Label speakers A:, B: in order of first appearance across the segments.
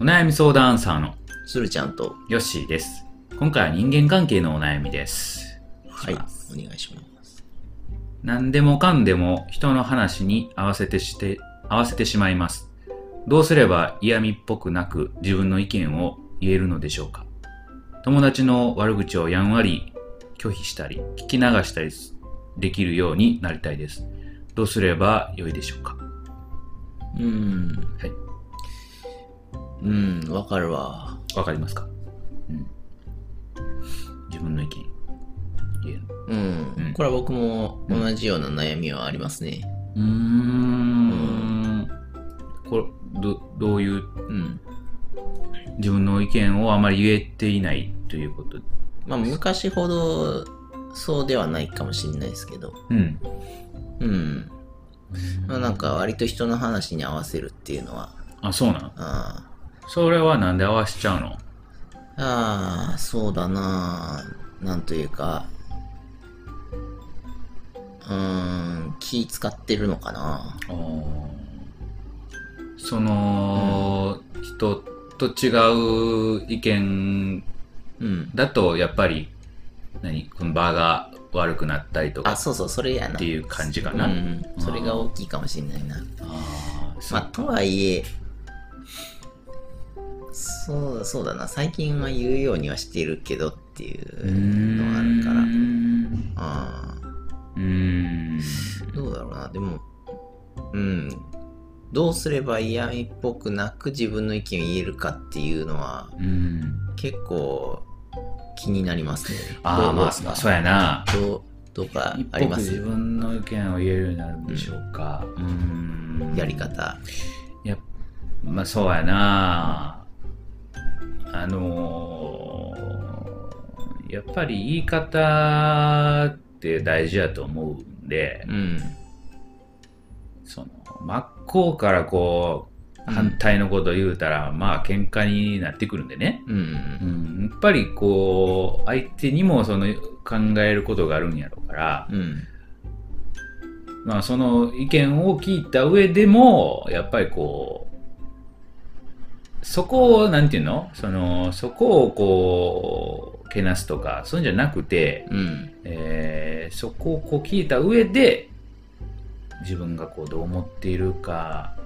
A: お悩み相談アンサーの
B: するちゃんと。
A: ヨッシーです。今回は人間関係のお悩みです。
B: はい。お
A: しま
B: 願
A: す
B: いします。
A: 何でもかんでも人の話に合わせてして、合わせてしまいます。どうすれば嫌味っぽくなく自分の意見を言えるのでしょうか友達の悪口をやんわり拒否したり、聞き流したりできるようになりたいです。どうすれば良いでしょうか
B: うーん。
A: はい。
B: うん、わかるわ。
A: わかりますかうん。自分の意見言える。
B: うん。
A: うん
B: これは僕も同じような悩みはありますね。
A: うーん。これどどういう
B: うん。
A: 自分の意見をあまり言えていないということ
B: まあ、昔ほどそうではないかもしれないですけど。
A: うん
B: うん。まあ、なんか割と人の話に合わせるっていうのは、
A: あそうなん
B: あ
A: それはなんで合わせちゃうの
B: ーあー、そうだなあなんというか、うーん、気使ってるのかな
A: その、人と違う意見
B: うん。
A: だとやっぱり何この場が悪くなったりとか
B: あ、そうそう、それやな。
A: っていう感じかな
B: うん、それが大きいかもしれないな。
A: あーそ
B: まあ、とはいえ、そうそうだな、最近は言うようにはしてるけどっていう
A: うー
B: のがあるから。
A: ん
B: あ
A: うーん
B: あ、どうだろうな、でも、うん。どうすれば嫌味っぽくなく自分の意見を言えるかっていうのは
A: うん
B: 結構気になりますね。
A: あ
B: ど
A: あ
B: う
A: ま
B: ど
A: あ
B: うすか
A: そうやな
B: どう、どうか
A: 一
B: あり
A: 歩
B: ま
A: 自
B: す
A: 分の意見を言えるようになるんでしょうか。うーん
B: やり方。
A: やまあそうやなあのーやっぱり言い方って大事やと思うんで、
B: うん。
A: その真っ向からこう
B: うん
A: 反対のことを言うたら、まあ喧嘩になってくるんでね。
B: う。
A: うんん、やっぱりこう相手にもその考えることがあるんやろうから、
B: うん。
A: まあ、その意見を聞いた上でもやっぱりこうそこをなんていうのそのそこをこうけなすとかそういうんじゃなくて、
B: うん。
A: えーそこをこう聞いた上で自分がこうどう思っているか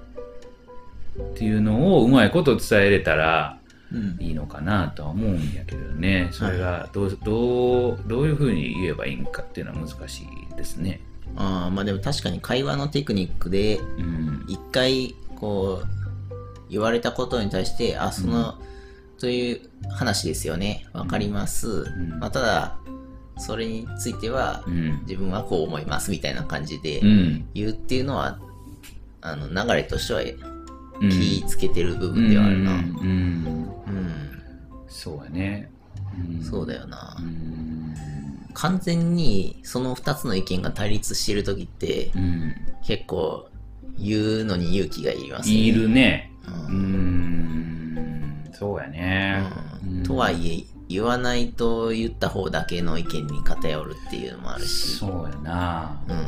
A: っていうのをうまいこと伝えれたら
B: うん
A: いいのかなとは思うんやけどねそれがどうどうどういうふうに言えばいいんかっていうのは難しいですね。
B: ああまあでも確かに会話のテクニックで
A: うん
B: 一回こう言われたことに対してあその、という話ですよねわかります、
A: ん
B: まあ、ただそれについては
A: うん
B: 自分はこう思いますみたいな感じで
A: うん、
B: 言うっていうのはあの流れとしては気
A: 気
B: ぃつけてる部分ではあるな
A: うん
B: うん、
A: そうやね、ん
B: そうだよな、
A: うん
B: 完全にその2つの意見が対立してる時って
A: うん
B: 結構言うのに勇気がいりますね
A: いるね
B: うん
A: うんそうやね、うん
B: とはいえ言わないと言った方だけの意見に偏るっていうのもあるし
A: そうやな、
B: うん
A: うん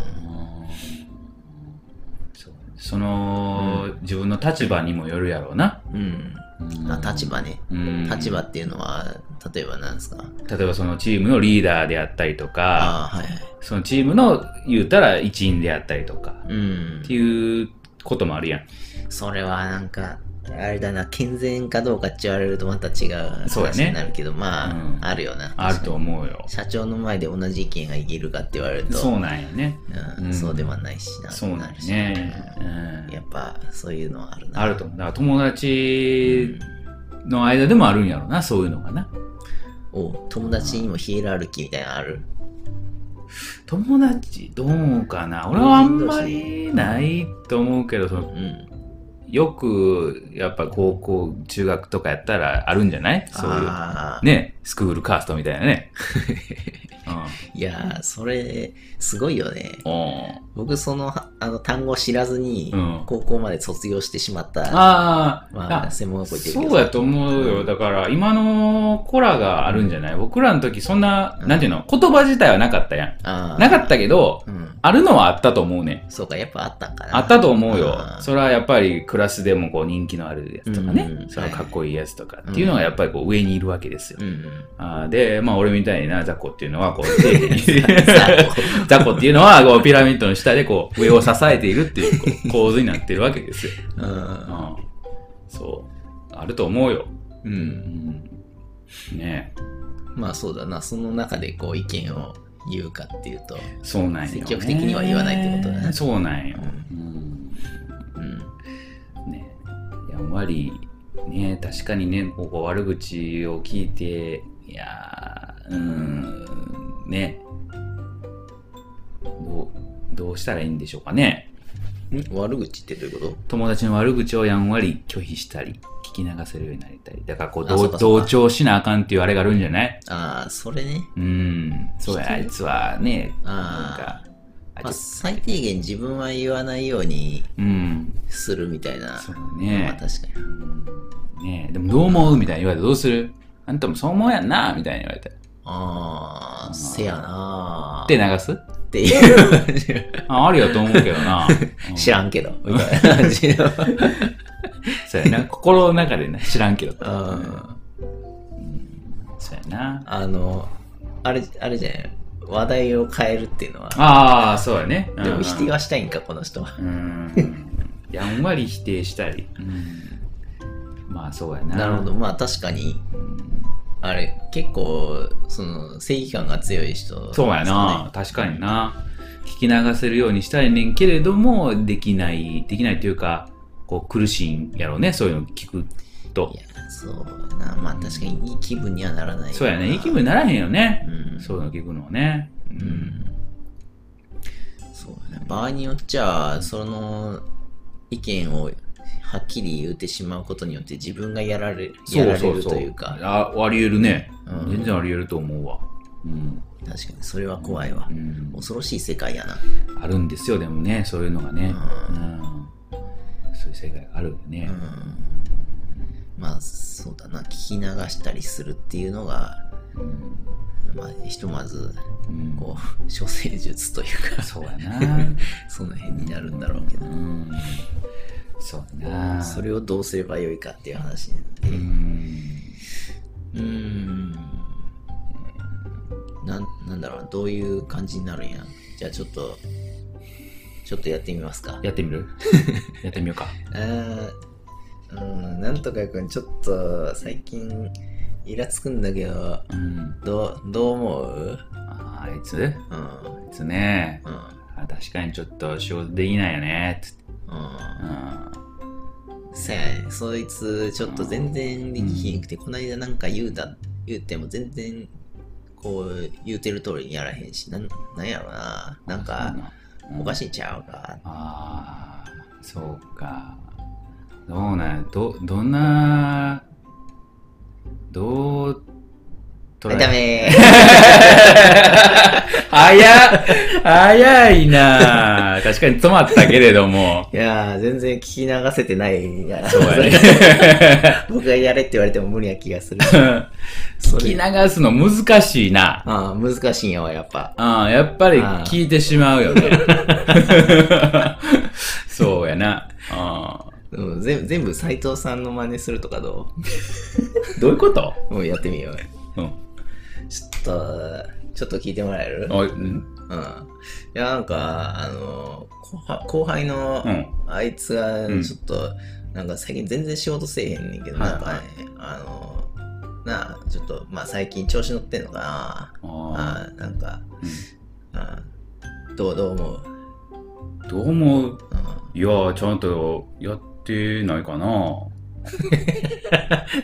A: そうその、自分の立場にもよるやろうな、
B: うん
A: うん
B: まあ立場ね
A: うん
B: 立場っていうのは例えば何ですか
A: 例えばそのチームのリーダーであったりとか
B: ああはいはい
A: そのチームの言うたら一員であったりとか、
B: う
A: っ
B: ん
A: ていうこともあるやん
B: それはなんかあれだな健全かどうかって言われるとまた違う
A: そうや
B: 話
A: ね
B: になるけど、ま
A: う
B: あ、
A: ん
B: あるよな
A: あると思うよ
B: 社長の前で同じ意見が言えるかって言われると
A: そうなんよね
B: うん
A: うん
B: そうではないしな
A: そうなん
B: な
A: よ
B: るし
A: ね、
B: うん
A: う
B: や
A: ん
B: っぱそういうのはあるな
A: あると思うだから友達の間でもあるんやろなそういうのがな
B: お友達にもヒエラルキーみたいなのある
A: 友達どうかな俺はあんまりないと思うけどその
B: うん
A: よくやっぱ高校中学とかやったらあるんじゃないそういう
B: あ ー
A: ねスクールカーストみたいなね
B: いやー、それ、すごいよね。
A: うん。おー
B: 僕、その、はあの、単語知らずに
A: うん、
B: 高校まで卒業してしまった、
A: あー、
B: まあ、
A: あ
B: 専門学校行ってるけど。
A: そうやと思うよ。
B: ん
A: だから、今の子らがあるんじゃない僕らの時、そんな、
B: うん
A: なんていうの、言葉自体はなかったやん。
B: あー
A: なかったけど、
B: うん。
A: あるのはあったと思うね。
B: そうか、やっぱあったんかな。
A: あったと思うよ
B: あ。ー
A: それはやっぱりクラスでもこう人気のあるやつとかね、
B: うん
A: それはかっこいいやつとかっていうのがやっぱりこう上にいるわけですよ。
B: うんうん。
A: あーで、まあ俺みたいな雑魚っていうの はこう、底辺に
B: 雑
A: 雑魚っていうのはこうピラミッドの下でこう上を支えているっていうこう構図になってるわけですよ。
B: う。
A: うんん、そう。あると思うよ。
B: う。
A: うんん。ねえ
B: まあ、そうだな。その中で、こう、意見を言うかっていうと。
A: そうなんよ、ね。
B: 積極的には言わないってことだね
A: そうなんよ。
B: う
A: うん
B: うん。
A: ね、やんわり、ね、確かにね、ここ悪口を聞いて、いやー、うーん、ね、どう、どうしたらいいんでしょうかね。
B: ん悪口ってどういうこと
A: 友達の悪口をやんわり拒否したり、聞き流せるようになりたい。だからこう
B: あそう
A: 同、
B: かそうか
A: 同調しなあかんっていうあれがあるんじゃない
B: ああ、それね。
A: うん、そう
B: し
A: や、
B: て
A: あいつはね、なん
B: あ
A: か、
B: あ。
A: あ
B: ま
A: い
B: あ、
A: つ、
B: 最低限自分は言わないように
A: うん、
B: するみたいな。
A: そうだね。
B: まあ、確かに。
A: ねえ、でもどう思うみたいに言われてどうするあんたもそう思うやんなみたいに言われて。う
B: あ
A: ん
B: あ、せやな
A: で流す
B: ーっていう。
A: あありやと思うけど な。 うん
B: 知らんけど。みたいな感じ の。
A: そうやな。心の中でね、知らんけど。
B: うん
A: そうやな。
B: あの、あれ、あれじゃない話題を変えるっていうのは。
A: ああ、そうやね。
B: でも否定
A: は。
B: はしたいんか、この人は。
A: うん。やんわり否定したり。うんまあそうやな。
B: なるほど。。まあ確かに、あれ、結構、その、正義感が強い人。
A: そうやな。。確かにな。聞き流せるようにしたいねんけれども、できない、できないというか、こう苦しいんやろうね。そういうの聞くと
B: い。や、そうやな。まあ確かにいい気分にはならない。
A: そうやね。いい気分にならへんよね。
B: うん。
A: そういうの聞くのはね。う。
B: うんん。そうやね。場合によっちゃ、その、意見をはっきり言ってしまうことによって自分がやられやられるというか、
A: あ、あり得るね。
B: うん
A: 全然あり得ると思うわ。うん。
B: 確かにそれは怖いわ
A: う。ん
B: 恐ろしい世界やな。
A: あるんですよ、でもね、そういうのがね。う。
B: うん
A: そういう世界があるよね
B: う。ん。まあ、そうだな。聞き流したりするっていうのが、まあ、ひとまず、
A: うん
B: こう、処世術というか、
A: そうやな。
B: その辺になるんだろうけど
A: う。ん。そうやな。
B: それをどうすればよいかっていう話になって
A: う。ん。
B: うん。なん、なんだろうな、どういう感じになるんや。じゃあちょっと、ちょっとやってみますか。
A: やってみ るやってみようか。
B: あーうん、なんとかくん、ちょっと、最近、イラつくんだけど、
A: うん。
B: どう、どう思う
A: ああいつあ
B: うん、
A: いつね。
B: うん、
A: あ確かにちょっと仕事できないよね。つって
B: うん。
A: うん。
B: せやねんそいつ、ちょっと全然できひんくて、こないだなんか言うた、言うても全然、こう、言うてる通りにやらへんし、なん、なんやろな、なんか、おか
A: い。
B: しいんちゃうか。
A: ああ、そうか。どうなんやど、どんな、どう、捉
B: は
A: え
B: い、ダメ
A: 早っ早いなあ確かに止まったけれども。
B: いやー、全然聞き流せてないや
A: そうやね。
B: 僕がやれって言われても無理な気がする。
A: 聞き流すの難しいな。
B: ああ、難しいんやわ、やっぱ。
A: ああ、やっぱり
B: ああ
A: 聞いてしまうよね。 そうやな。ああ
B: うん、ぜ全部斎藤さんの真似するとかど
A: どういうこと
B: う もうやってみよう。
A: うん。
B: ちょっと、ちょっと聞いてもらえる
A: おいうん
B: うん。いや、なんか、あの、後輩後輩の
A: うん、
B: あいつが、
A: うん
B: ちょっと、なんか最近全然仕事せえへんねんけど、
A: はい
B: なんかね、あの、なあ、ちょっと、まあ最近調子乗ってんのかな
A: あ
B: ああなんか、ああどう、どう思う
A: あどう思う
B: うん
A: いや、ちゃんとやってないかな。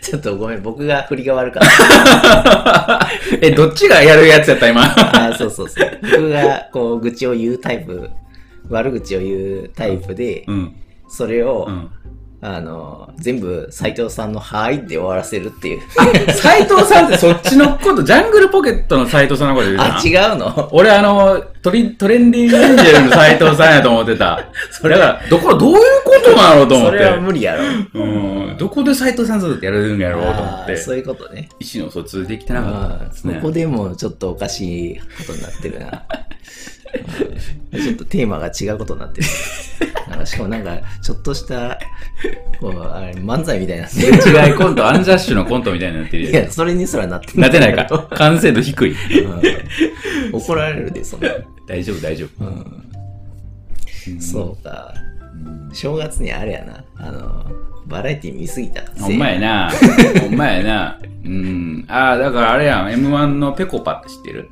B: ちょっとごめん、 僕が振りが悪かった。
A: え、どっちがやるやつやった今。
B: あーそうそうそう。僕がこう愚痴を言うタイプ、悪口を言うタイプで、
A: うん。
B: それを、
A: うん。
B: あの、全部斎藤さんのはいで終わらせるっていう。
A: 斎藤さんってそっちのこと、ジャングルポケットの斎藤さんのこと言うじゃん
B: あ、。違うの
A: 俺あのトリ、トレンディエンジェルの斎藤さんやと思って た。それだから、どこ、どういうことなのと思っ
B: それは
A: て。
B: 無理やろ。
A: うん、どこで斎藤さんずっとやるんやろうと思っ
B: あー
A: て。
B: そういうことね。
A: 意思の疎通できてなかったですね
B: こ。こでもちょっとおかしいことになって るな。うんちょっとテーマが違うことになってる。なんかしかもなんか、ちょっとした、こう、あれ、漫才みたいな。
A: 違いコント、アンジャッシュのコントみたいになって
B: い
A: るや
B: や、それにすらなって
A: ん。な ってないか。完成度低い。
B: うん怒られるで、そんな。
A: 大丈夫、大丈夫。
B: うんそうか。正月にあれやな。あの、バラエティ見すぎた。
A: ほんまや な。ほんまやな。うん。ああ、だからあれやん。M1 のペコパって知ってる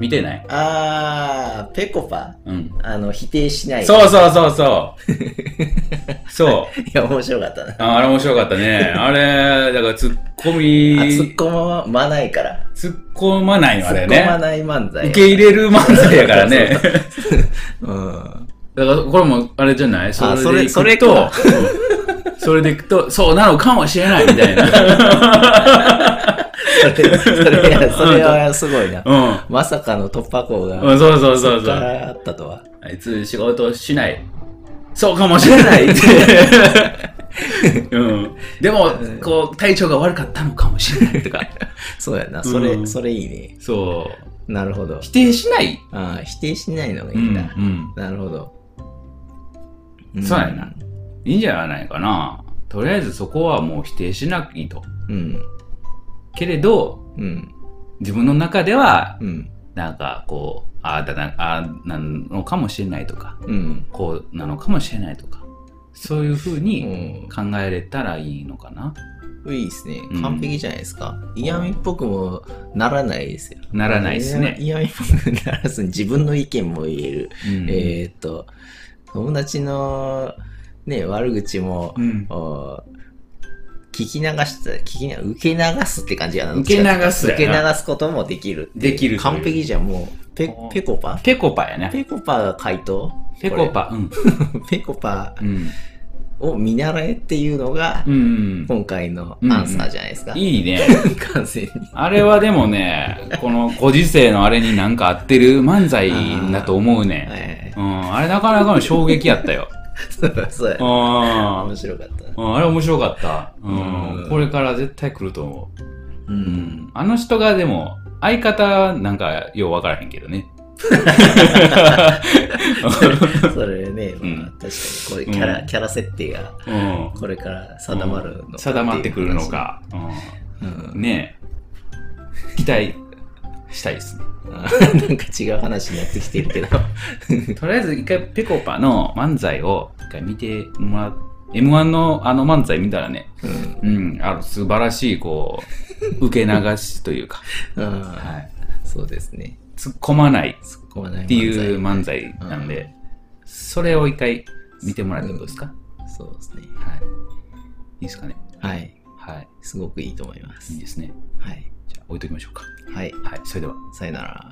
A: 見てない
B: あー、ペコパ。
A: うん。
B: あの、否定しない。
A: そうそうそう そう。そう。
B: いや、面白かったな。
A: ああれ面白かったね。あれ、だからツッコミ
B: あ、、突っ込まないから。
A: 突っ込まないのあ
B: 突
A: れ
B: っ込ま
A: ね。
B: ない漫才。
A: 受け入れる漫才やからね。
B: うん。
A: だからこれもあれじゃないそ
B: あ
A: れでい
B: それ
A: くと、うんそれでいくと、そうなのかもしれないみたいな。
B: それ、それは、それはすごいな。
A: うん。
B: まさかの突破口が、
A: うん、そうそうそうそ
B: そこか
A: う。
B: らあったとは。
A: あいつ仕事しない。そうかもしれないって。うん、でも、こう、体調が悪かったのかもしれないとか。
B: そうやな。それ、
A: うん
B: それいいね。
A: そう。
B: なるほど
A: 否。定しない。
B: あー否定しないのがいい
A: うんん、う
B: だ。
A: ん。
B: なるほど。ん
A: そうやな。いいんじゃないかな。とりあえずそこはもう否定しないと。
B: うん。
A: けれど、
B: うん。
A: 自分の中では、
B: うん。
A: なんかこう、ああだな、ああなのかもしれないとか、
B: うん。
A: こうなのかもしれないとか、そういうふう
B: う
A: に
B: ん。
A: 考えれたらいいのかな。
B: いいですね
A: う。ん
B: 完璧じゃないですか。嫌味っぽくもならないですよ。
A: ならないですね。
B: 嫌味っぽくならずに自分の意見も言える。
A: うん
B: えーっと、友達のね、悪口も、
A: うん
B: お聞き流して、聞きな、受け流すって感じやな。
A: 受け流すや
B: 受
A: な
B: け流すこともできるっていう。
A: できるという
B: 完璧じゃん、もう。ペ
A: お、
B: ペコパ
A: ペコパやね。
B: ペコパが回答
A: ペコ。パ。うん。
B: これペコパ
A: うん。
B: を見習えっていうのが
A: う、ん。
B: 今回のアンサーじゃないですか。
A: いいね。
B: 完全に。
A: あれはでもね、 このご時世のあれになんか合ってる漫才だと思う
B: は
A: ね。
B: い。
A: うん。あれなかなかの衝撃やったよ。
B: そうそうや
A: う。ん。う
B: 面
A: ん
B: 白かったな。
A: あれ面白かった。う
B: うん
A: ん。これから絶対来ると思う。
B: う
A: う。ん。あの人がでも、相方なんかようわからへんけどね。
B: それね、
A: うん
B: まあ、確かにこういうキャラ、
A: うん
B: キャラ設定が
A: うん。
B: これから定まるのか
A: うん定まってくるのか。。
B: っていううん
A: ねえ。期待したいですね。
B: 話。なんか違う話になってきて るけど。
A: とりあえず一回ぺこぱの漫才を一回見てもらう M1 のあの漫才見たらね、
B: うん
A: うん、あの素晴らしい、こう、受け流しというか、
B: うん
A: はい、
B: そうですね。
A: 突っ込まない
B: 突っ込まない
A: っていう
B: 漫
A: 漫才なん
B: う
A: で、それを一回見てもらってどうですか、
B: 才そうですね。
A: はい。いいですかね
B: はい。
A: はい。
B: すごくいいと思いま
A: いい
B: す。
A: ですね。
B: はい。
A: じゃあ置いときましょうか。
B: はい。
A: はい、それでは。
B: さよなら。